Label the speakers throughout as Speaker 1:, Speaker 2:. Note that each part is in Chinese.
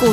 Speaker 1: 股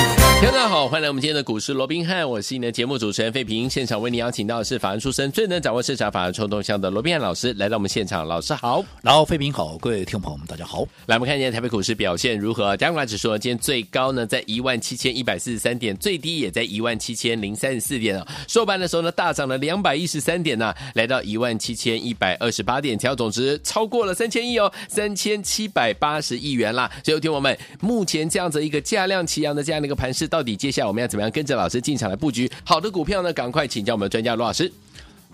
Speaker 2: 听众大家好，欢迎来我们今天的股市罗宾汉，我是你的节目主持人费平。现场为你邀请到的是法案出身、最能掌握市场法案冲动向的罗宾汉老师来到我们现场，老师好。
Speaker 3: 然后，费平好，各位听众朋友们，大家好。
Speaker 2: 来，我们看一下台北股市表现如何？加权指数呢今天最高呢在一万七千一百四十三点，最低也在一万七千零三十四点啊。收盘的时候呢，大涨了两百一十三点呢、啊来到一万七千一百二十八点，调总值超过了三千亿哦，三千七百八十亿元啦。所以，听我们目前这样子一个价量齐扬的这样的一个盘势，到底接下来我们要怎么样跟着老师进场来布局好的股票呢？赶快请教我们的专家罗老师。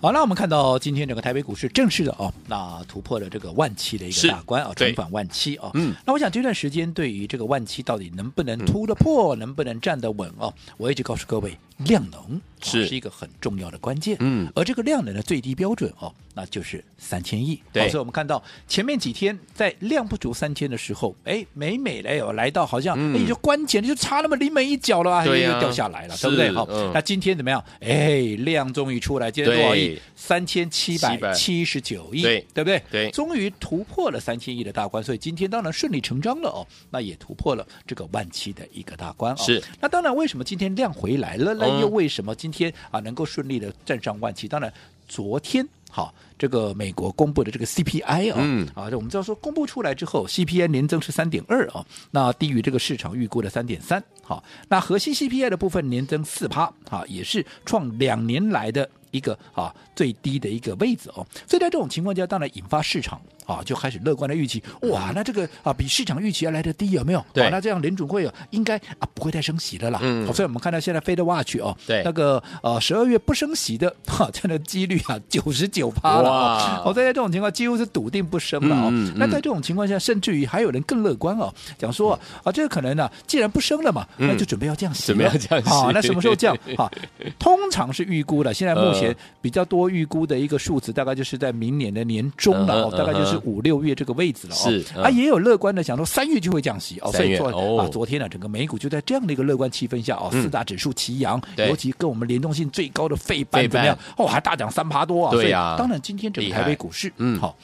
Speaker 3: 好，那我们看到今天整个台北股市正式的哦，那突破了这个万七的一
Speaker 2: 是
Speaker 3: 个大关啊，
Speaker 2: 对
Speaker 3: 重返万七啊。
Speaker 2: 嗯，
Speaker 3: 那我想这段时间对于这个万七到底能不能突得破，能不能站得稳哦，我一直告诉各位，量能、哦
Speaker 2: 是
Speaker 3: 是一个很重要的关键。
Speaker 2: 嗯，
Speaker 3: 而这个量能的最低标准哦，那就是三千亿。哦
Speaker 2: 对
Speaker 3: 好所以我们看到前面几天在量不足三千的时候，哎，每每的有来到好像
Speaker 2: 嗯
Speaker 3: 哎就关前就差那么临门一脚了啊，
Speaker 2: 对啊
Speaker 3: 又掉下来了，
Speaker 2: 是
Speaker 3: 对不哦对？好
Speaker 2: 嗯，
Speaker 3: 那今天怎么样？哎，量终于出来，今天多少亿
Speaker 2: 对？
Speaker 3: 三千七百七十九亿，
Speaker 2: 对
Speaker 3: 不对？
Speaker 2: 对
Speaker 3: 终于突破了三千亿的大关，所以今天当然顺理成章了哦。那也突破了这个万七的一个大关哦。
Speaker 2: 是，
Speaker 3: 那当然，为什么今天量回来了？那
Speaker 2: 嗯
Speaker 3: 又为什么今天啊能够顺利的站上万七？当然，昨天。好，这个美国公布的这个 CPI 啊、
Speaker 2: 嗯
Speaker 3: 啊，这我们知道说公布出来之后，CPI 年增是三点二啊，那低于这个市场预估的三点三。好，那核心 CPI 的部分年增四趴，啊，也是创两年来的一个啊最低的一个位置哦。所以在这种情况下，当然引发市场啊就开始乐观的预期，哇，那这个啊比市场预期要来的低有没有？
Speaker 2: 嗯对
Speaker 3: 啊那这样联准会啊应该啊不会再升息了啦。
Speaker 2: 嗯
Speaker 3: 好所以我们看到现在 Fed Watch 哦，
Speaker 2: 对
Speaker 3: 那个呃十二月不升息的哈，这样的几率啊九十九趴了
Speaker 2: 哇
Speaker 3: 哦。哦，在这种情况几乎是笃定不升了哦。
Speaker 2: 嗯嗯
Speaker 3: 那在这种情况下，甚至于还有人更乐观哦，讲说啊，啊这个可能呢、既然不升了嘛，那就准备要降息了，
Speaker 2: 嗯准
Speaker 3: 啊
Speaker 2: 备要降息
Speaker 3: 好，那什么时候降？ 好，通常是预估了，现在目
Speaker 2: 嗯
Speaker 3: 前比较多预估的一个数字，大概就是在明年的年中
Speaker 2: 嗯哼
Speaker 3: 了，哦，大概就是
Speaker 2: 嗯
Speaker 3: 五六月这个位置了哦。
Speaker 2: 是嗯
Speaker 3: 啊，也有乐观的想说三月就会降息哦，所
Speaker 2: 三
Speaker 3: 以
Speaker 2: 月
Speaker 3: 说、
Speaker 2: 哦
Speaker 3: 啊，昨天呢、整个美股就在这样的一个乐观气氛下哦，
Speaker 2: 嗯
Speaker 3: 四大指数齐扬，
Speaker 2: 对
Speaker 3: 尤其跟我们联动性最高的
Speaker 2: 费
Speaker 3: 费半怎
Speaker 2: 半
Speaker 3: 么样？哦，还大涨三趴多啊！
Speaker 2: 对
Speaker 3: 所以
Speaker 2: 呀
Speaker 3: 当然今天整个
Speaker 2: 厉
Speaker 3: 台
Speaker 2: 害
Speaker 3: 北股市，
Speaker 2: 嗯
Speaker 3: 好、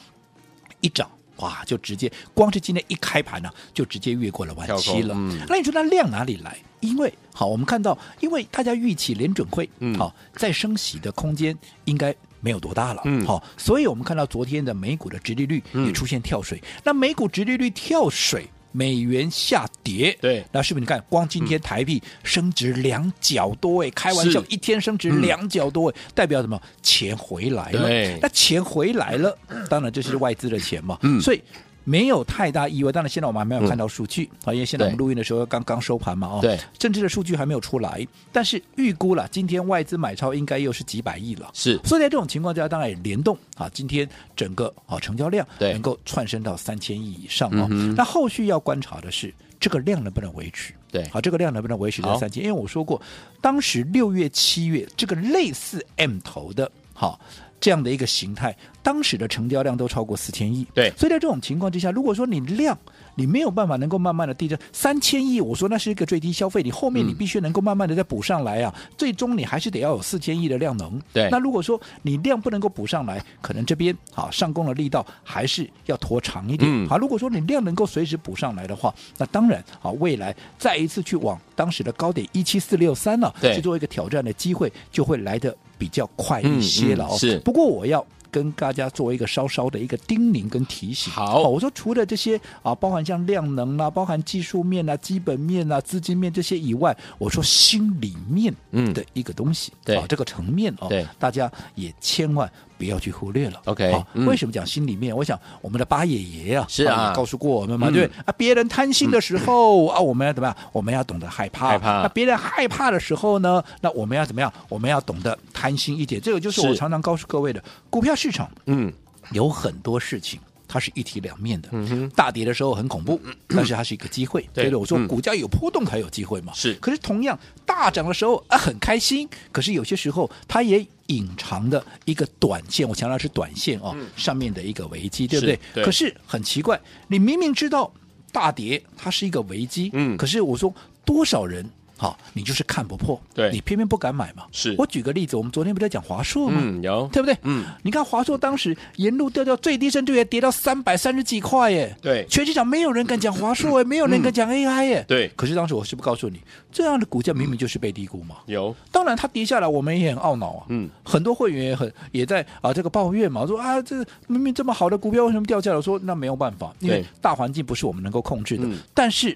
Speaker 3: 一涨。哇，就直接光是今天一开盘呢、就直接越过了万
Speaker 2: 跳
Speaker 3: 七
Speaker 2: 空
Speaker 3: 了。
Speaker 2: 嗯
Speaker 3: 那你说那量哪里来？因为好，我们看到，因为大家预期联准会，
Speaker 2: 嗯
Speaker 3: 好，再升息的空间应该没有多大了，
Speaker 2: 嗯
Speaker 3: 好，所以我们看到昨天的美股的直利率也出现跳水，那美股直利率跳水。美元下跌，
Speaker 2: 对嗯
Speaker 3: 那是不是你看，光今天台币升值两角多哎，开玩笑
Speaker 2: 是，嗯
Speaker 3: 一天升值两角多哎，代表什么？钱回来了
Speaker 2: 对，
Speaker 3: 那钱回来 了，当然这是外资的钱嘛，
Speaker 2: 嗯
Speaker 3: 所以。没有太大意外，当然现在我们还没有看到数据啊、因为现在我们
Speaker 2: 嗯对
Speaker 3: 录音的时候刚刚收盘嘛，哦，
Speaker 2: 对，
Speaker 3: 政治的数据还没有出来，但是预估了今天外资买超应该又是几百亿了，
Speaker 2: 是
Speaker 3: 所以在这种情况下，当然也联动啊，今天整个啊成交量
Speaker 2: 对
Speaker 3: 能够窜升到三千亿以上
Speaker 2: 嗯
Speaker 3: 哦、
Speaker 2: 哼
Speaker 3: 那后续要观察的是这个量能不能维持。
Speaker 2: 对
Speaker 3: 好，这个量能不能维持在
Speaker 2: 好
Speaker 3: 三千？因为我说过，当时六月、七月这个类似 M 头的，好这样的一个形态，当时的成交量都超过四千亿。
Speaker 2: 对
Speaker 3: 所以在这种情况之下，如果说你量你没有办法能够慢慢的递增三千亿，我说那是一个最低消费，你后
Speaker 2: 嗯
Speaker 3: 面你必须能够慢慢的再补上来啊，最终你还是得要有四千亿的量能。
Speaker 2: 对
Speaker 3: 那如果说你量不能够补上来，可能这边好上攻的力道还是要拖长一点。
Speaker 2: 嗯
Speaker 3: 好，如果说你量能够随时补上来的话，那当然啊，未来再一次去往当时的高点一七四六三呢，
Speaker 2: 对
Speaker 3: 去做一个挑战的机会，就会来的比较快一些了哦。
Speaker 2: 嗯嗯是
Speaker 3: 不过我要。跟大家做一个稍稍的一个叮咛跟提醒。
Speaker 2: 好
Speaker 3: 哦我说除了这些啊，包含像量能啦、包含技术面啦、啊基本面啦、资金面这些以外，我说心里面
Speaker 2: 嗯
Speaker 3: 的一个东西，
Speaker 2: 对
Speaker 3: 啊，这个层面哦，
Speaker 2: 对
Speaker 3: 大家也千万不要去忽略了。
Speaker 2: OK，
Speaker 3: 好
Speaker 2: 嗯
Speaker 3: 为什么讲心里面？我想我们的八爷爷啊，
Speaker 2: 是啊
Speaker 3: 也告诉过我们嘛，
Speaker 2: 嗯
Speaker 3: 对不对啊，别人贪心的时候啊，我们要怎么样？我们要懂得害怕。
Speaker 2: 害怕
Speaker 3: 那别人害怕的时候呢，那我们要怎么样？我们要懂得贪心一点。这个就是
Speaker 2: 是
Speaker 3: 我常常告诉各位的，股票市场
Speaker 2: 嗯，
Speaker 3: 有很多事情。它是一体两面的。大跌的时候很恐怖，但是它是一个机会。
Speaker 2: 嗯对
Speaker 3: 所以我说
Speaker 2: 嗯
Speaker 3: 股价有波动才有机会嘛。
Speaker 2: 是
Speaker 3: 可是同样大涨的时候啊很开心，可是有些时候它也隐藏的一个短线，我强调是短线哦，上面的一个危机，对
Speaker 2: 嗯
Speaker 3: 不
Speaker 2: 是
Speaker 3: 对？
Speaker 2: 对
Speaker 3: 可是很奇怪，你明明知道大跌它是一个危机，
Speaker 2: 嗯
Speaker 3: 可是我说多少人。好，你就是看不破，
Speaker 2: 对
Speaker 3: 你偏偏不敢买嘛。
Speaker 2: 是
Speaker 3: 我举个例子，我们昨天不是在讲华硕吗？
Speaker 2: 嗯，有，
Speaker 3: 对不对？
Speaker 2: 嗯，
Speaker 3: 你看华硕当时沿路掉掉最低甚至也跌到三百三十几块耶，
Speaker 2: 对嗯
Speaker 3: 全市场没有人敢讲华硕耶，没有人敢讲 AI 耶，
Speaker 2: 对
Speaker 3: 可是当时我是不是告诉你，这样的股价明明就是被低估嘛？
Speaker 2: 有，
Speaker 3: 当然，它跌下来，我们也很懊恼啊。
Speaker 2: 嗯，
Speaker 3: 很多会员也很也在啊这个抱怨嘛，说啊这明明这么好的股票为什么掉价了？我说那没有办法，因为
Speaker 2: 对
Speaker 3: 大环境不是我们能够控制的。
Speaker 2: 嗯
Speaker 3: 但是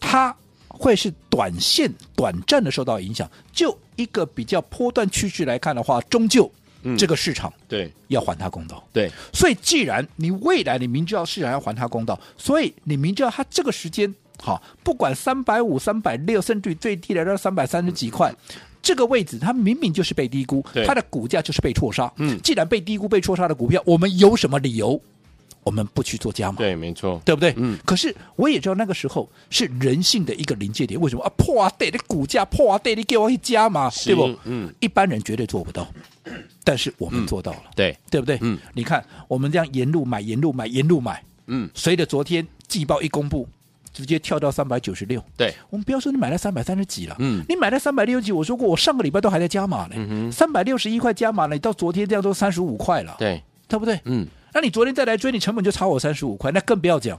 Speaker 3: 它会是短线短暂的受到影响。就一个比较波段趋势来看的话，终究
Speaker 2: 嗯
Speaker 3: 这个市场
Speaker 2: 对
Speaker 3: 要还它公道。
Speaker 2: 对，
Speaker 3: 所以，既然你未来你明知道市场要还他公道，所以你明知道他这个时间好，不管三百五、三百六，甚至于最低来到三百三十几块。这个位置，它明明就是被低估
Speaker 2: 对，
Speaker 3: 它的股价就是被错杀。
Speaker 2: 嗯
Speaker 3: 既然被低估、被错杀的股票，我们有什么理由我们不去做加码？
Speaker 2: 对，没错，
Speaker 3: 对不对？
Speaker 2: 嗯。
Speaker 3: 可是我也知道那个时候是人性的一个临界点，为什么啊？破啊，对的股价破啊，对你给我一加码，
Speaker 2: 是
Speaker 3: 对不？
Speaker 2: 嗯，
Speaker 3: 一般人绝对做不到，但是我们做到了。
Speaker 2: 对，
Speaker 3: 对不对？
Speaker 2: 嗯，
Speaker 3: 你看我们这样沿路买，沿路买，沿路买，
Speaker 2: 嗯，
Speaker 3: 随着昨天季报一公布，直接跳到三百九十六。
Speaker 2: 对，
Speaker 3: 我们不要说你买了三百三十几了，
Speaker 2: 嗯
Speaker 3: 你买了三百六十几，我说过我上个礼拜都还在加码呢，三百六十一块加码呢，你到昨天这样都三十五块了，
Speaker 2: 对，
Speaker 3: 对不对？
Speaker 2: 嗯，
Speaker 3: 那你昨天再来追，你成本就超我三十五块，那更不要讲。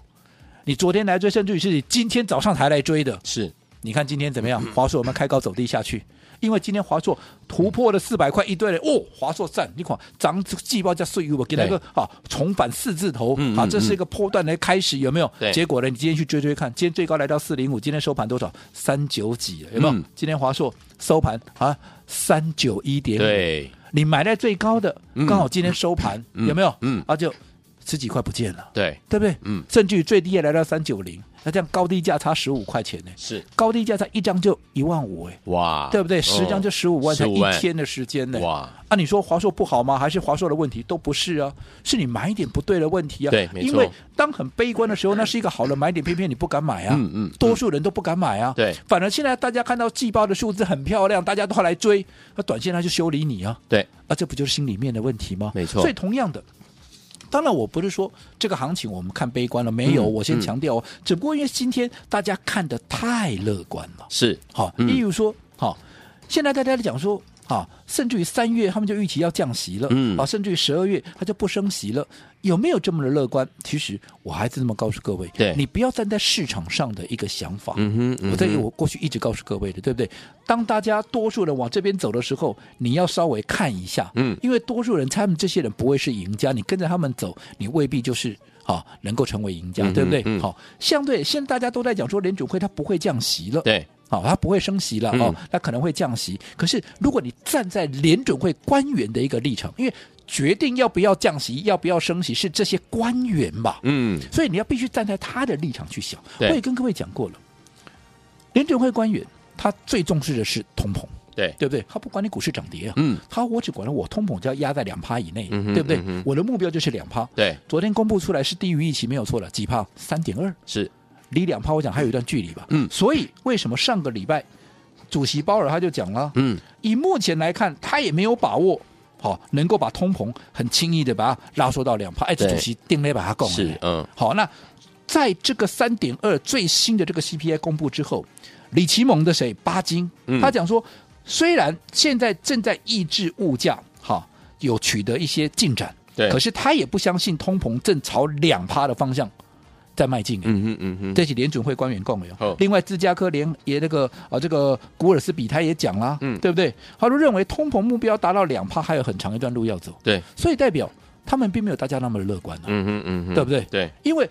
Speaker 3: 你昨天来追，甚至于是你今天早上才来追的，
Speaker 2: 是，
Speaker 3: 你看今天怎么 样？华硕我们开高走低下去，因为今天华硕突破了四百块一堆人哦，华硕赞你看涨季报价税务我给那个啊重返四字头
Speaker 2: 嗯
Speaker 3: 啊，
Speaker 2: 嗯
Speaker 3: 这是一个波段的开始，有没有
Speaker 2: 对？
Speaker 3: 结果呢？你今天去追追看，今天最高来到四零五，今天收盘多少？三九几，有没有
Speaker 2: 嗯？
Speaker 3: 今天华硕收盘啊三九一点五，
Speaker 2: 对，
Speaker 3: 你买在最高的
Speaker 2: 嗯，
Speaker 3: 刚好今天收盘，
Speaker 2: 嗯
Speaker 3: 有没有？
Speaker 2: 嗯
Speaker 3: 啊就十几块不见了，
Speaker 2: 对，
Speaker 3: 对不对？
Speaker 2: 嗯
Speaker 3: 甚至于最低也来到三九零，那这样高低价差十五块钱呢。
Speaker 2: 是，
Speaker 3: 高低价才一张就一万五哎，
Speaker 2: 哇，
Speaker 3: 对不对？十张就十五万，才
Speaker 2: 15
Speaker 3: 一
Speaker 2: 哦万
Speaker 3: 天的时间呢。
Speaker 2: 哇，
Speaker 3: 啊，你说华硕不好吗？还是华硕的问题？都不是啊，是你买点不对的问题啊。
Speaker 2: 对没错
Speaker 3: 因为当很悲观的时候，那是一个好的买点，偏偏你不敢买啊。
Speaker 2: 嗯嗯嗯
Speaker 3: 多数人都不敢买啊。
Speaker 2: 对
Speaker 3: 反而现在大家看到季报的数字很漂亮，大家都要来追，那短线它就修理你啊。
Speaker 2: 对，
Speaker 3: 啊，这不就是心里面的问题吗？
Speaker 2: 没错
Speaker 3: 所以同样的。当然，我不是说这个行情我们看悲观了，没有。
Speaker 2: 嗯
Speaker 3: 我先
Speaker 2: 嗯
Speaker 3: 强调哦，只不过因为今天大家看得太乐观了，
Speaker 2: 是，
Speaker 3: 好，
Speaker 2: 嗯
Speaker 3: 例如说，好，现在大家在讲说。啊，甚至于三月他们就预期要降息了，
Speaker 2: 嗯
Speaker 3: 啊，甚至于十二月他就不升息了，有没有这么的乐观？其实我还是这么告诉各位，
Speaker 2: 对
Speaker 3: 你不要站在市场上的一个想法，
Speaker 2: 嗯哼，嗯
Speaker 3: 我这个
Speaker 2: 哼
Speaker 3: 我过去一直告诉各位的，对不对？当大家多数人往这边走的时候，你要稍微看一下，
Speaker 2: 嗯
Speaker 3: 因为多数人他们这些人不会是赢家，你跟着他们走，你未必就是。啊能够成为赢家，
Speaker 2: 嗯哼
Speaker 3: 对不对？好、
Speaker 2: 嗯
Speaker 3: 相对现在大家都在讲说联储会它不会降息了，
Speaker 2: 对，嗯
Speaker 3: 好、它不会升息了、哦，它可能会降息。可是如果你站在联准会官员的一个立场，因为决定要不要降息、要不要升息是这些官员嘛，
Speaker 2: 嗯，
Speaker 3: 所以你要必须站在他的立场去想。我
Speaker 2: 对
Speaker 3: 也跟各位讲过了，联准会官员他最重视的是通膨，
Speaker 2: 对，
Speaker 3: 对不对？他不管你股市涨跌啊，
Speaker 2: 嗯，
Speaker 3: 他我只管了我通膨就要压在两趴以内，
Speaker 2: 嗯哼
Speaker 3: 对不对
Speaker 2: 嗯哼？
Speaker 3: 我的目标就是两趴。
Speaker 2: 对，
Speaker 3: 昨天公布出来是低于预期，没有错了，几趴？三点二。
Speaker 2: 是，
Speaker 3: 离两趴我讲还有一段距离吧。
Speaker 2: 嗯
Speaker 3: 所以为什么上个礼拜主席鲍尔他就讲了，
Speaker 2: 嗯，
Speaker 3: 以目前来看，他也没有把握。好，能够把通膨很轻易的把它压缩到两趴，哎，这
Speaker 2: 对
Speaker 3: 主席定力把它供了
Speaker 2: 是，嗯，
Speaker 3: 好，那在这个三点二最新的这个 CPI 公布之后，李奇蒙的谁巴金
Speaker 2: 嗯，
Speaker 3: 他讲说，虽然现在正在抑制物价，哈，有取得一些进展，
Speaker 2: 对，
Speaker 3: 可，是他也不相信通膨正朝两趴的方向在迈进。
Speaker 2: 嗯哼，嗯哼，
Speaker 3: 这是联准会官员共有
Speaker 2: 好。
Speaker 3: 另外，芝加哥联也那个啊，这个古尔斯比他也讲啦，
Speaker 2: 嗯
Speaker 3: 对不对？他说认为通膨目标达到两趴还有很长一段路要走，
Speaker 2: 对，
Speaker 3: 所以代表他们并没有大家那么乐观啊。
Speaker 2: 嗯哼，嗯哼，
Speaker 3: 对不对
Speaker 2: 对，
Speaker 3: 因为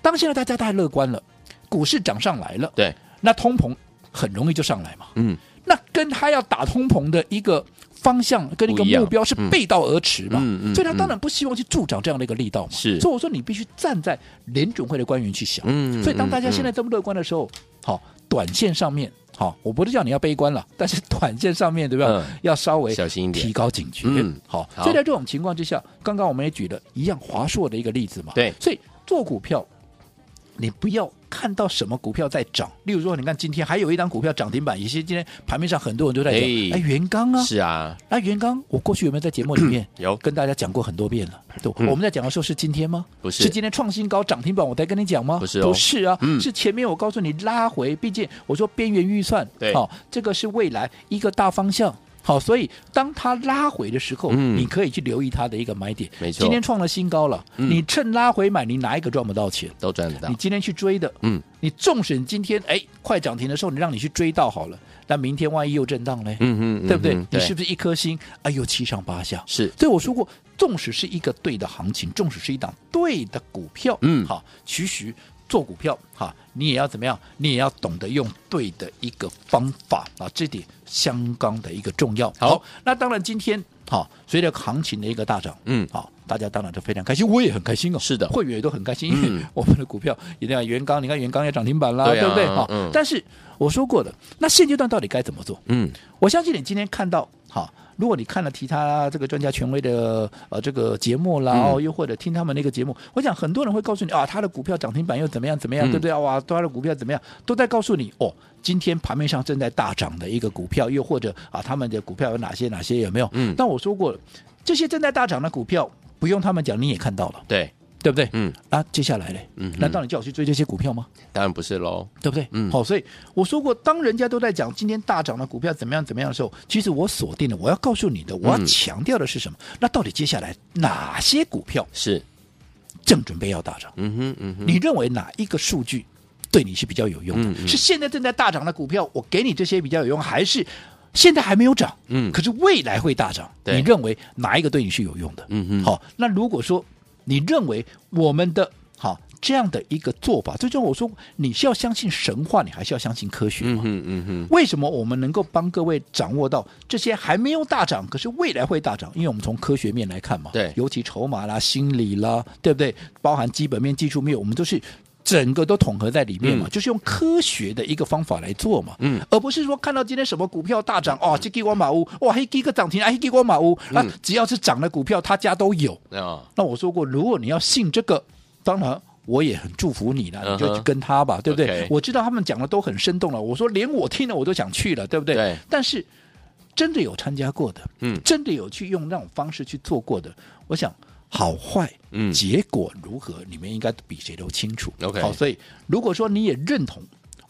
Speaker 3: 当现在大家太乐观了，股市涨上来了，
Speaker 2: 对，
Speaker 3: 那通膨很容易就上来嘛。
Speaker 2: 嗯，
Speaker 3: 那跟他要打通膨的一个方向跟一个
Speaker 2: 不一样
Speaker 3: 目标是背道而驰嘛，
Speaker 2: 嗯嗯嗯
Speaker 3: 所以他当然不希望去助长这样的一个力道嘛。
Speaker 2: 是
Speaker 3: 所以我说你必须站在联准会的官员去想。
Speaker 2: 嗯
Speaker 3: 所以当大家现
Speaker 2: 在，
Speaker 3: 在这么乐观的时候，好、短线上面。好，我不是叫你要悲观了，但是短线上面对不对？
Speaker 2: 嗯
Speaker 3: 要稍微
Speaker 2: 小心一点
Speaker 3: 提高警觉。
Speaker 2: 嗯
Speaker 3: 好，
Speaker 2: 好
Speaker 3: 所以在这种情况之下，刚刚我们也举了一样华硕的一个例子嘛。
Speaker 2: 对
Speaker 3: 所以做股票，你不要看到什么股票在涨，例如说，你看今天还有一档股票涨停板，也是今天盘面上很多人都在讲，
Speaker 2: 哎
Speaker 3: 哎，元刚啊，
Speaker 2: 是啊，
Speaker 3: 那元刚，我过去有没有在节目里面
Speaker 2: 有
Speaker 3: 跟大家讲过很多遍了？对，我们在讲的时候是今天吗？
Speaker 2: 嗯不是
Speaker 3: 今天创新高涨停板我才跟你讲吗？
Speaker 2: 不是哦
Speaker 3: 不是啊，
Speaker 2: 嗯
Speaker 3: 是前面我告诉你拉回，毕竟我说边缘预算，
Speaker 2: 对
Speaker 3: 好、这个是未来一个大方向。好，所以当它拉回的时候，
Speaker 2: 嗯
Speaker 3: 你可以去留意它的一个买点。
Speaker 2: 没错
Speaker 3: 今天创了新高了，你趁拉回买，你哪一个赚不到钱？
Speaker 2: 都赚得到
Speaker 3: 你，今天去追的，
Speaker 2: 嗯，
Speaker 3: 你纵使你今天哎快涨停的时候，你让你去追到好了，那明天万一又震荡嘞，
Speaker 2: 嗯哼嗯哼
Speaker 3: 对不对？
Speaker 2: 对
Speaker 3: 你是不是一颗心？哎呦，七上八下。
Speaker 2: 是
Speaker 3: 所以我说过，纵使是一个对的行情，纵使是一档对的股票，
Speaker 2: 嗯
Speaker 3: 好，其实做股票哈，你也要怎么样？你也要懂得用对的一个方法啊，这点相当的一个重要。
Speaker 2: 好
Speaker 3: 那当然今天好，随着行情的一个大涨，
Speaker 2: 嗯
Speaker 3: 好，大家当然都非常开心，我也很开心哦。
Speaker 2: 是的
Speaker 3: 会员也都很开心，因
Speaker 2: 嗯
Speaker 3: 为 我们的股票一定要元刚，你看元刚也涨停板啦，
Speaker 2: 对啊
Speaker 3: 不对？好、
Speaker 2: 嗯
Speaker 3: 但是我说过的，那现阶段到底该怎么做？
Speaker 2: 嗯，
Speaker 3: 我相信你今天看到，好，如果你看了其他这个专家权威的呃这个节目啦，
Speaker 2: 嗯
Speaker 3: 哦、又或者听他们那个节目，我想很多人会告诉你啊，他的股票涨停板又怎么样怎么样，
Speaker 2: 嗯
Speaker 3: 对不对？哇，他的股票怎么样，都在告诉你哦，今天盘面上正在大涨的一个股票，又或者啊，他们的股票有哪些哪些有没有？
Speaker 2: 嗯
Speaker 3: 但我说过了，这些正在大涨的股票，不用他们讲，你也看到了，
Speaker 2: 对，
Speaker 3: 对不对？
Speaker 2: 嗯，
Speaker 3: 啊，接下来嘞，
Speaker 2: 嗯哼
Speaker 3: 难道你叫我去追这些股票吗？
Speaker 2: 当然不是喽，
Speaker 3: 对不对？
Speaker 2: 嗯
Speaker 3: 好，所以我说过，当人家都在讲今天大涨的股票怎么样怎么样的时候，其实我锁定了，我要告诉你的，我要强调的是什么？
Speaker 2: 嗯
Speaker 3: 那到底接下来哪些股票
Speaker 2: 是，
Speaker 3: 正准备要大涨？
Speaker 2: 嗯哼嗯哼，
Speaker 3: 你认为哪一个数据对你是比较有用的？
Speaker 2: 嗯嗯
Speaker 3: 是现在正在大涨的股票，我给你这些比较有用，还是现在还没有涨，
Speaker 2: 嗯
Speaker 3: 可是未来会大涨？
Speaker 2: 对
Speaker 3: 你认为哪一个对你是有用的？
Speaker 2: 嗯哼
Speaker 3: 好，那如果说你认为我们的好这样的一个做法，最终我说你是要相信神话，你还是要相信科学
Speaker 2: 嗯
Speaker 3: 嘛？
Speaker 2: 哼嗯哼，
Speaker 3: 为什么我们能够帮各位掌握到这些还没有大涨，可是未来会大涨？因为我们从科学面来看嘛，
Speaker 2: 对
Speaker 3: 尤其筹码啦、心理啦，对不对？包含基本面、技术面，我们都是。整个都统合在里面嘛，
Speaker 2: 嗯
Speaker 3: 就是用科学的一个方法来做嘛，
Speaker 2: 嗯，
Speaker 3: 而不是说看到今天什么股票大涨哦，这给我马屋，哇，嘿，给个涨停，哎，给我马屋，那、
Speaker 2: 嗯
Speaker 3: 只要是涨的股票，他家都有，
Speaker 2: 啊，
Speaker 3: 那我说过，如果你要信这个，当然。我也很祝福你了，你
Speaker 2: 嗯
Speaker 3: 就
Speaker 2: 哼
Speaker 3: 去跟他吧，对不对
Speaker 2: OK
Speaker 3: 我知道他们讲的都很生动了，我说连我听了我都想去了，对不对？
Speaker 2: 对
Speaker 3: 但是真的有参加过的，
Speaker 2: 嗯
Speaker 3: 真的有去用那种方式去做过的，我想好坏，
Speaker 2: 嗯
Speaker 3: 结果如何，你们应该比谁都清楚。
Speaker 2: OK
Speaker 3: 好，所以如果说你也认同。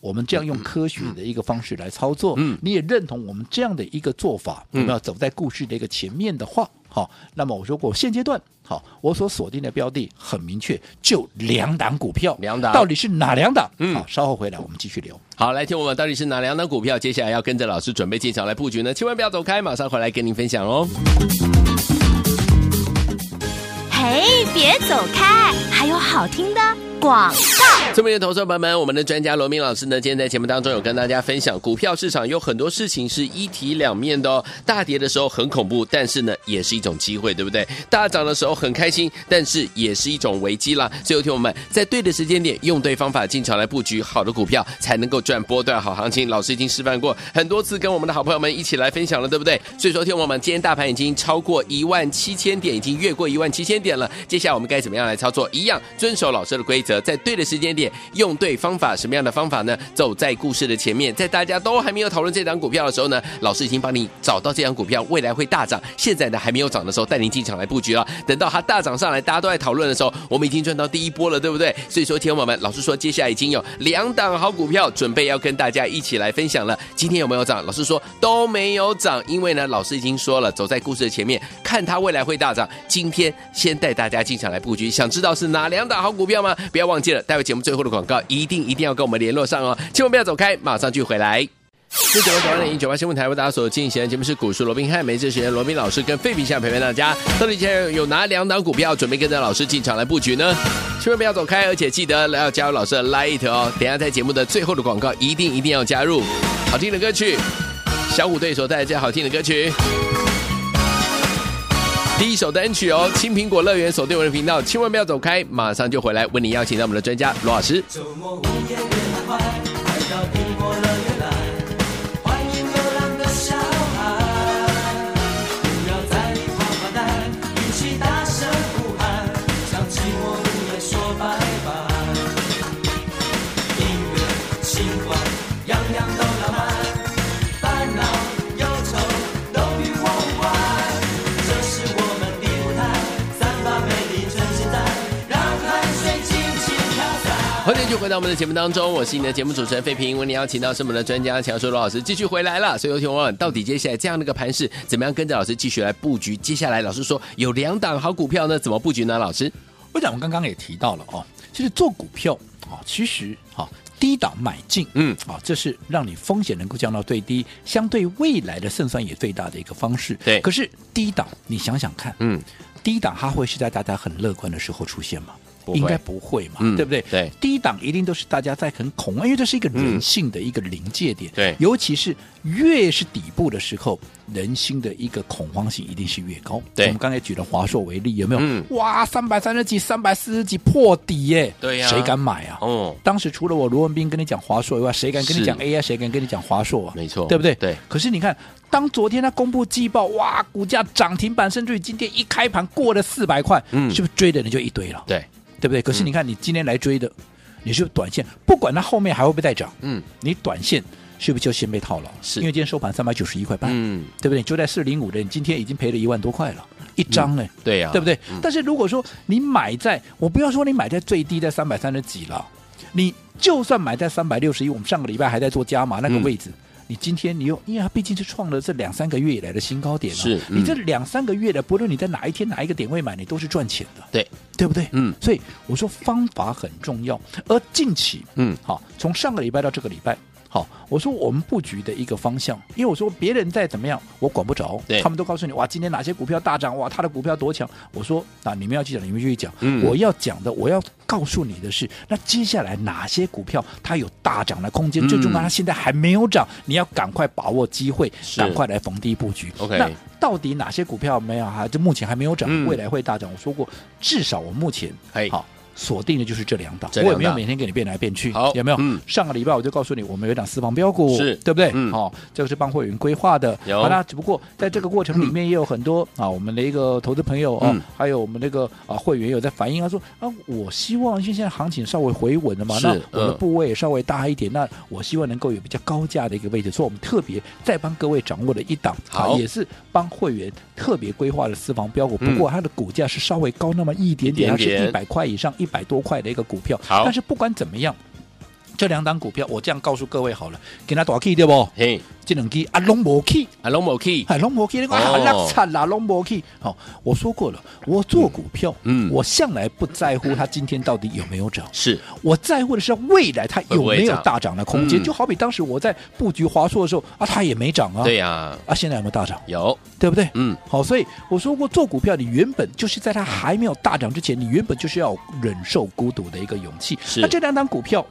Speaker 3: 我们这样用科学的一个方式来操作，
Speaker 2: 嗯
Speaker 3: 你也认同我们这样的一个做法，
Speaker 2: 嗯
Speaker 3: 有没有走在故事的一个前面的话，好，那么我说过，现阶段好，我所锁定的标的很明确，就两档股票，
Speaker 2: 两档
Speaker 3: 到底是哪两档？
Speaker 2: 嗯
Speaker 3: 好，稍后回来我们继续聊。
Speaker 2: 好，来听我们到底是哪两档股票，接下来要跟着老师准备进场来布局呢？千万不要走开，马上回来跟您分享哦。
Speaker 1: 嘿，别走开，还有好听的广。
Speaker 2: 聪明的投资者朋友们，我们的专家罗明老师呢，今天在节目当中有跟大家分享，股票市场有很多事情是一体两面的哦。大跌的时候很恐怖，但是呢，也是一种机会，对不对？大涨的时候很开心，但是也是一种危机啦。所以，有听我们在对的时间点，用对方法进场来布局好的股票，才能够赚波段好行情。老师已经示范过很多次，跟我们的好朋友们一起来分享了，对不对？所以说，听我们今天大盘已经超过一万七千点，已经越过一万七千点了。接下来我们该怎么样来操作？一样遵守老师的规则，在对的时间点用对方法。什么样的方法呢？走在故事的前面，在大家都还没有讨论这档股票的时候呢，老师已经帮你找到这档股票未来会大涨。现在呢还没有涨的时候，带您进场来布局了。等到它大涨上来，大家都在讨论的时候，我们已经赚到第一波了，对不对？所以说，听众朋友们，老师说接下来已经有两档好股票准备要跟大家一起来分享了。今天有没有涨？老师说都没有涨，因为呢，老师已经说了，走在故事的前面，看它未来会大涨。今天先带大家进场来布局，想知道是哪两档好股票吗？不要忘记了，待会节目最后的广告一定一定要跟我们联络上哦，千万不要走开，马上就回来。是九八九二零九八新闻台为大家所进行的节目是股市罗宾汉，每次时间罗宾老师跟费比相陪伴大家。到底现在有哪两档股票准备跟着老师进场来布局呢？千万不要走开，而且记得要加入老师的 Lite 哦。等一下在节目的最后的广告一定一定要加入。好听的歌曲，小虎队所带来这好听的歌曲。第一首单曲哦，《青苹果乐园》锁定我们的频道，千万不要走开，马上就回来为你邀请到我们的专家罗老师。
Speaker 4: 周末午夜变得快，快到苹果乐园来，
Speaker 2: 欢迎继续回到我们的节目当中，我是你的节目主持人费平。为你邀请到是我们的专家强硕罗老师继续回来了。所以有请问，到底接下来这样的一个盘势，怎么样跟着老师继续来布局？接下来老师说有两档好股票呢，怎么布局呢？老师，
Speaker 3: 我讲我刚刚也提到了哦，其实做股票啊、哦，其实啊、哦、低档买进，
Speaker 2: 嗯
Speaker 3: 啊、这是让你风险能够降到最低，相对未来的胜算也最大的一个方式。
Speaker 2: 对
Speaker 3: 可是低档你想想看，
Speaker 2: 嗯，
Speaker 3: 低档它会是在大家很乐观的时候出现吗？
Speaker 2: 不会
Speaker 3: 应该不会嘛，
Speaker 2: 嗯
Speaker 3: 对不对？
Speaker 2: 对
Speaker 3: 低档一定都是大家在很恐慌，因为这是一个人性的一个临界点。
Speaker 2: 对
Speaker 3: 尤其是越是底部的时候，人心的一个恐慌性一定是越高。
Speaker 2: 对
Speaker 3: 我们刚才举了华硕为例，有没有？
Speaker 2: 嗯
Speaker 3: 哇，三百三十几、三百四十几破底耶！
Speaker 2: 对呀
Speaker 3: 谁敢买啊？
Speaker 2: 哦，
Speaker 3: 当时除了我罗文斌跟你讲华硕以外，谁敢跟你
Speaker 2: 是
Speaker 3: 讲 AI？谁敢跟你讲华硕啊？
Speaker 2: 没错
Speaker 3: 对不对？
Speaker 2: 对。
Speaker 3: 可是你看，当昨天他公布季报，哇，股价涨停板，甚至于今天一开盘过了四百块，
Speaker 2: 嗯
Speaker 3: 是不是追的人就一堆了？
Speaker 2: 对，嗯
Speaker 3: 对不对？可是你看，你今天来追的，你是不是短线，不管它后面还会不会再涨，
Speaker 2: 嗯
Speaker 3: 你短线是不是就先被套牢？
Speaker 2: 是
Speaker 3: 因为今天收盘三百九十一块半，
Speaker 2: 嗯，
Speaker 3: 对不对？你就在四零五的，你今天已经赔了一万多块了，一张呢，
Speaker 2: 对啊嗯呀、
Speaker 3: 对不对？但是如果说你买在，我不要说你买在最低在三百三十几了，你就算买在三百六十一，我们上个礼拜还在做加码那个
Speaker 2: 嗯
Speaker 3: 位置。你今天你又，因为它毕竟是创了这两三个月以来的新高点了、
Speaker 2: 是嗯
Speaker 3: 你这两三个月的，不论你在哪一天哪一个点位买，你都是赚钱的。
Speaker 2: 对，
Speaker 3: 对不对？
Speaker 2: 嗯，
Speaker 3: 所以我说方法很重要。而近期，
Speaker 2: 嗯
Speaker 3: 好，从上个礼拜到这个礼拜，好，我说我们布局的一个方向，因为我说别人再怎么样，我管不着
Speaker 2: 对，
Speaker 3: 他们都告诉你，哇，今天哪些股票大涨，哇，他的股票多强。我说啊，你们要去讲，你们就去讲，
Speaker 2: 嗯
Speaker 3: 我要讲的，我要告诉你的是，那接下来哪些股票它有大涨的空间？
Speaker 2: 嗯
Speaker 3: 最重要，它现在还没有涨，你要赶快把握机会，
Speaker 2: 是
Speaker 3: 赶快来逢低布局。
Speaker 2: OK
Speaker 3: 那到底哪些股票没有啊？就目前还没有涨
Speaker 2: 嗯，
Speaker 3: 未来会大涨。我说过，至少我目前
Speaker 2: 哎
Speaker 3: 好锁定的就是这两档，
Speaker 2: 这
Speaker 3: 我
Speaker 2: 两档
Speaker 3: 也没有每天给你变来变去，
Speaker 2: 好
Speaker 3: 有没有？
Speaker 2: 嗯
Speaker 3: 上个礼拜我就告诉你，我们有一档私房标股，
Speaker 2: 是
Speaker 3: 对不对？
Speaker 2: 嗯
Speaker 3: 好，这个是帮会员规划的。
Speaker 2: 有
Speaker 3: 好啦，只不过在这个过程里面也有很多啊，我们的一个投资朋友哦
Speaker 2: 嗯，
Speaker 3: 还有我们那个啊会员有在反映，他说啊，我希望因为现在行情稍微回稳了嘛，
Speaker 2: 是
Speaker 3: 那我的
Speaker 2: 嗯
Speaker 3: 部位也稍微大一点，那我希望能够有比较高价的一个位置，所以我们特别再帮各位掌握了一档，
Speaker 2: 好
Speaker 3: 啊也是帮会员特别规划的私房标股，不
Speaker 2: 嗯
Speaker 3: 过它的股价是稍微高那么一点点，
Speaker 2: 一
Speaker 3: 它
Speaker 2: 点点
Speaker 3: 是一百块以上、一百多块的一个股票，
Speaker 2: 好
Speaker 3: 但是不管怎么样。这两档股票，我这样告诉各位好了，给它大 key 对不？
Speaker 2: 嘿，
Speaker 3: 这两 key 啊，拢无 key，
Speaker 2: 阿龙某 key，
Speaker 3: 哎，拢无去，你讲
Speaker 2: 哦
Speaker 3: 啊，垃圾啦，拢无去。好，我说过了，我做股票，
Speaker 2: 嗯嗯
Speaker 3: 我向来不在乎它今天到底有没有涨，
Speaker 2: 是
Speaker 3: 我在乎的是未来它有
Speaker 2: 会不
Speaker 3: 没
Speaker 2: 会
Speaker 3: 有
Speaker 2: 涨
Speaker 3: 大涨的空间。
Speaker 2: 嗯
Speaker 3: 就好比当时我在布局华硕的时候啊，它也没涨啊，
Speaker 2: 对呀、
Speaker 3: 啊，现在有没有大涨？
Speaker 2: 有，
Speaker 3: 对不对？
Speaker 2: 嗯，
Speaker 3: 好，所以我说过，做股票你原本就是在它还没有大涨之前，你原本就是要忍受孤独的一个勇气。
Speaker 2: 是
Speaker 3: 那这两档股票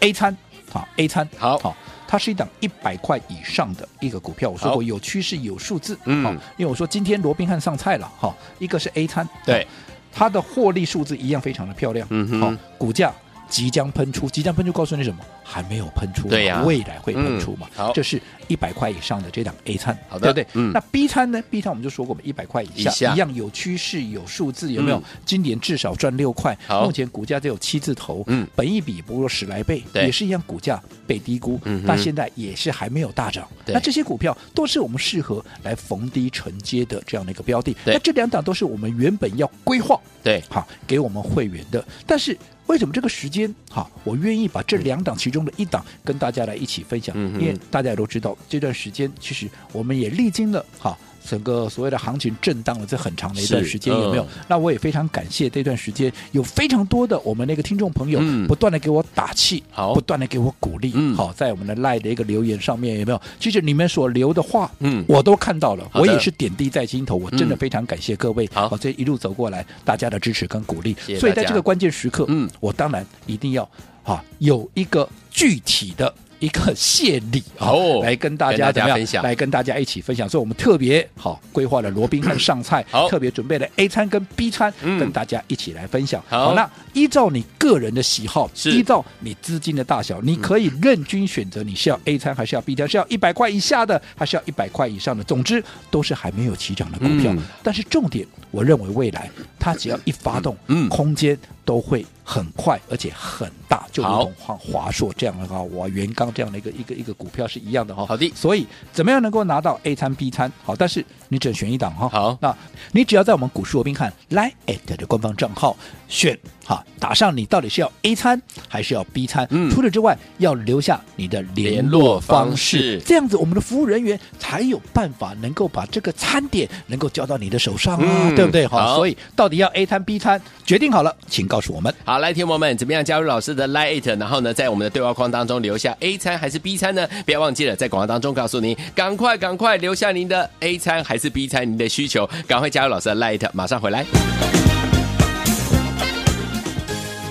Speaker 3: ，A 餐好，A 餐
Speaker 2: 好
Speaker 3: 好。它是一档一百块以上的一个股票，我说
Speaker 2: 好
Speaker 3: 过有趋势有数字，
Speaker 2: 嗯
Speaker 3: 好因为我说今天罗宾汉上菜了，哈，一个是 A 餐，
Speaker 2: 对，
Speaker 3: 它的获利数字一样非常的漂亮，
Speaker 2: 嗯哼
Speaker 3: 好，股价即将喷出，即将喷出告诉你什么？还没有喷出嘛，
Speaker 2: 对呀
Speaker 3: 未来会喷出嘛，
Speaker 2: 嗯好
Speaker 3: 这是一百块以上的这档 A 餐，
Speaker 2: 好的
Speaker 3: 对不对？
Speaker 2: 嗯
Speaker 3: 那 B 餐呢？B 餐我们就说过嘛，一百块以下
Speaker 2: 以下
Speaker 3: 一样有趋势，有数字，有没有？
Speaker 2: 嗯
Speaker 3: 今年至少赚六块，
Speaker 2: 好
Speaker 3: 目前股价只有七字头，
Speaker 2: 嗯，
Speaker 3: 本一比不过十来倍，
Speaker 2: 对
Speaker 3: 也是一样股价被低估，
Speaker 2: 嗯哼
Speaker 3: 但现在也是还没有大涨。
Speaker 2: 对
Speaker 3: 那这些股票都是我们适合来逢低承接的这样的一个标的，
Speaker 2: 对
Speaker 3: 那这两档都是我们原本要规划
Speaker 2: 对，
Speaker 3: 好给我们会员的，但是。为什么这个时间好？我愿意把这两档其中的一档跟大家来一起分享，
Speaker 2: 嗯哼
Speaker 3: 因为大家也都知道，这段时间其实我们也历经了哈整个所谓的行情震荡了这很长的一段
Speaker 2: 是
Speaker 3: 时间，有没有？
Speaker 2: 嗯
Speaker 3: 那我也非常感谢这段时间有非常多的我们那个听众朋友
Speaker 2: 嗯
Speaker 3: 不断的给我打气，
Speaker 2: 好
Speaker 3: 不断的给我鼓励，
Speaker 2: 嗯
Speaker 3: 好，在我们的赖的一个留言上面有没有？其实你们所留的话，
Speaker 2: 嗯
Speaker 3: 我都看到了，
Speaker 2: 好
Speaker 3: 我
Speaker 2: 的
Speaker 3: 也是点滴在心头，我真的
Speaker 2: 嗯
Speaker 3: 非常感谢各位，哦
Speaker 2: 好
Speaker 3: 这一路走过来大家的支持跟鼓励，
Speaker 2: 谢谢
Speaker 3: 所以在
Speaker 2: 大家
Speaker 3: 这个关键时刻，
Speaker 2: 嗯，
Speaker 3: 我当然一定要啊有一个具体的。一个谢礼啊
Speaker 2: 哦
Speaker 3: 来跟大
Speaker 2: 跟大家
Speaker 3: 家怎么样
Speaker 2: 分享
Speaker 3: 来跟大家一起分享，所以我们特别好规划了罗宾汉上菜
Speaker 2: 好，
Speaker 3: 特别准备了 A 餐跟 B 餐，
Speaker 2: 嗯
Speaker 3: 跟大家一起来分享。
Speaker 2: 好
Speaker 3: 那依照你个人的喜好，
Speaker 2: 是
Speaker 3: 依照你资金的大小，你可以任君选择，你是要 A 餐还是要 B 餐，是要一百块以下的，还是要一百块以上的。总之都是还没有起涨的股票
Speaker 2: 嗯，
Speaker 3: 但是重点，我认为未来它只要一发动，
Speaker 2: 嗯
Speaker 3: 空间都会很快，而且很大，就如
Speaker 2: 好
Speaker 3: 同像华硕这样的话，哇，元刚这样的一个一个一个股票是一样的哈、哦。
Speaker 2: 好的
Speaker 3: 所以怎么样能够拿到 A 餐 B 餐？好，但是你只能选一档哈、
Speaker 2: 好
Speaker 3: 那你只要在我们股市罗宾汉 Line at 的官方账号选哈，打上你到底是要 A 餐还是要 B 餐。
Speaker 2: 嗯
Speaker 3: 除此之外，要留下你的联络方式，
Speaker 2: 联络方式
Speaker 3: 这样子我们的服务人员才有办法能够把这个餐点能够交到你的手上啊，
Speaker 2: 嗯
Speaker 3: 对不对？好，
Speaker 2: 好
Speaker 3: 所以到底要 A 餐 B 餐，决定好了，请告诉我们。
Speaker 2: 好，来，天友们，怎么样加入老师的 Lite？然后呢，在我们的对话框当中留下 A 餐还是 B 餐呢？不要忘记了，在广告当中告诉您，赶快赶快留下您的 A 餐还是 B 餐，您的需求，赶快加入老师的 Lite，马上回来。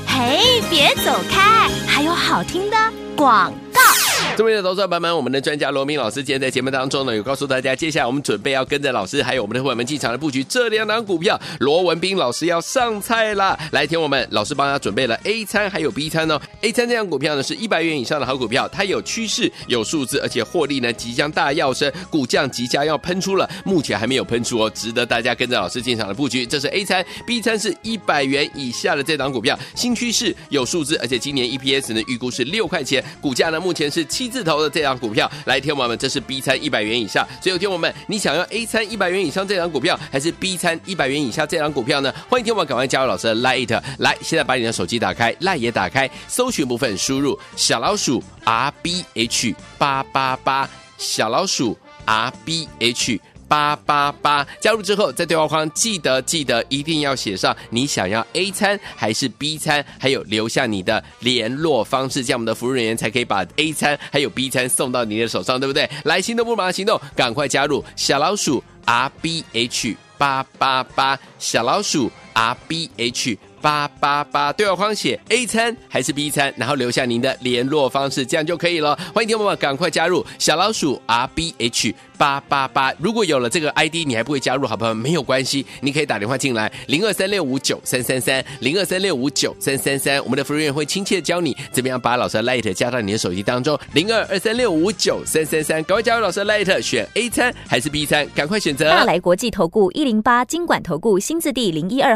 Speaker 1: 嘿，别走开，还有好听的广告。
Speaker 2: 这边的投资者朋友们，我们的专家罗明老师今天在节目当中呢，有告诉大家，接下来我们准备要跟着老师还有我们的会员们进场来布局这两档股票，罗文斌老师要上菜啦！来，听我们，老师帮他准备了 A 餐还有 B 餐哦。A 餐这档股票呢是一百元以上的好股票，它有趋势、有数字，而且获利呢即将大跃升，股价即将要喷出了，目前还没有喷出哦，值得大家跟着老师进场的布局。这是 A 餐，B 餐是 E 一百元以下的这档股票，新趋势有数字，而且今年 EPS 呢预估是六块钱，股价呢目前是七字头的这档股票。来，听我们，这是 B 餐一百元以下，所以听我们，你想要 A 餐一百元以上这档股票，还是 B 餐一百元以下这档股票呢？欢迎听我们赶快加入老师的 Lite，来，现在把你的手机打开，Lite 也打开，搜寻部分输入小老鼠 R B H 八八八，小老鼠 R B H。八八八。加入之后，在对话框记得记得一定要写上你想要 A 餐还是 B 餐，还有留下你的联络方式，这样我们的服务人员才可以把 A 餐还有 B 餐送到你的手上，对不对？来，行动不马上行动，赶快加入小老鼠 R B H 八八八，小老鼠 R B H。八八八对话框写 A 餐还是 B 餐，然后留下您的联络方式，这样就可以了。欢迎听众朋友们赶快加入小老鼠 R B H 八八八。如果有了这个 ID 你还不会加入，好朋友们没有关系，你可以打电话进来零二三六五九三三三零二三六五九三三三，我们的服务员会亲切地教你怎么样把老师的 Light 加到你的手机当中零二二三六五九三三三，赶快加入老师的 Light，选 A 餐还是 B 餐，赶快选择。
Speaker 5: 大来国际投顾一零八金管投顾新字第零一二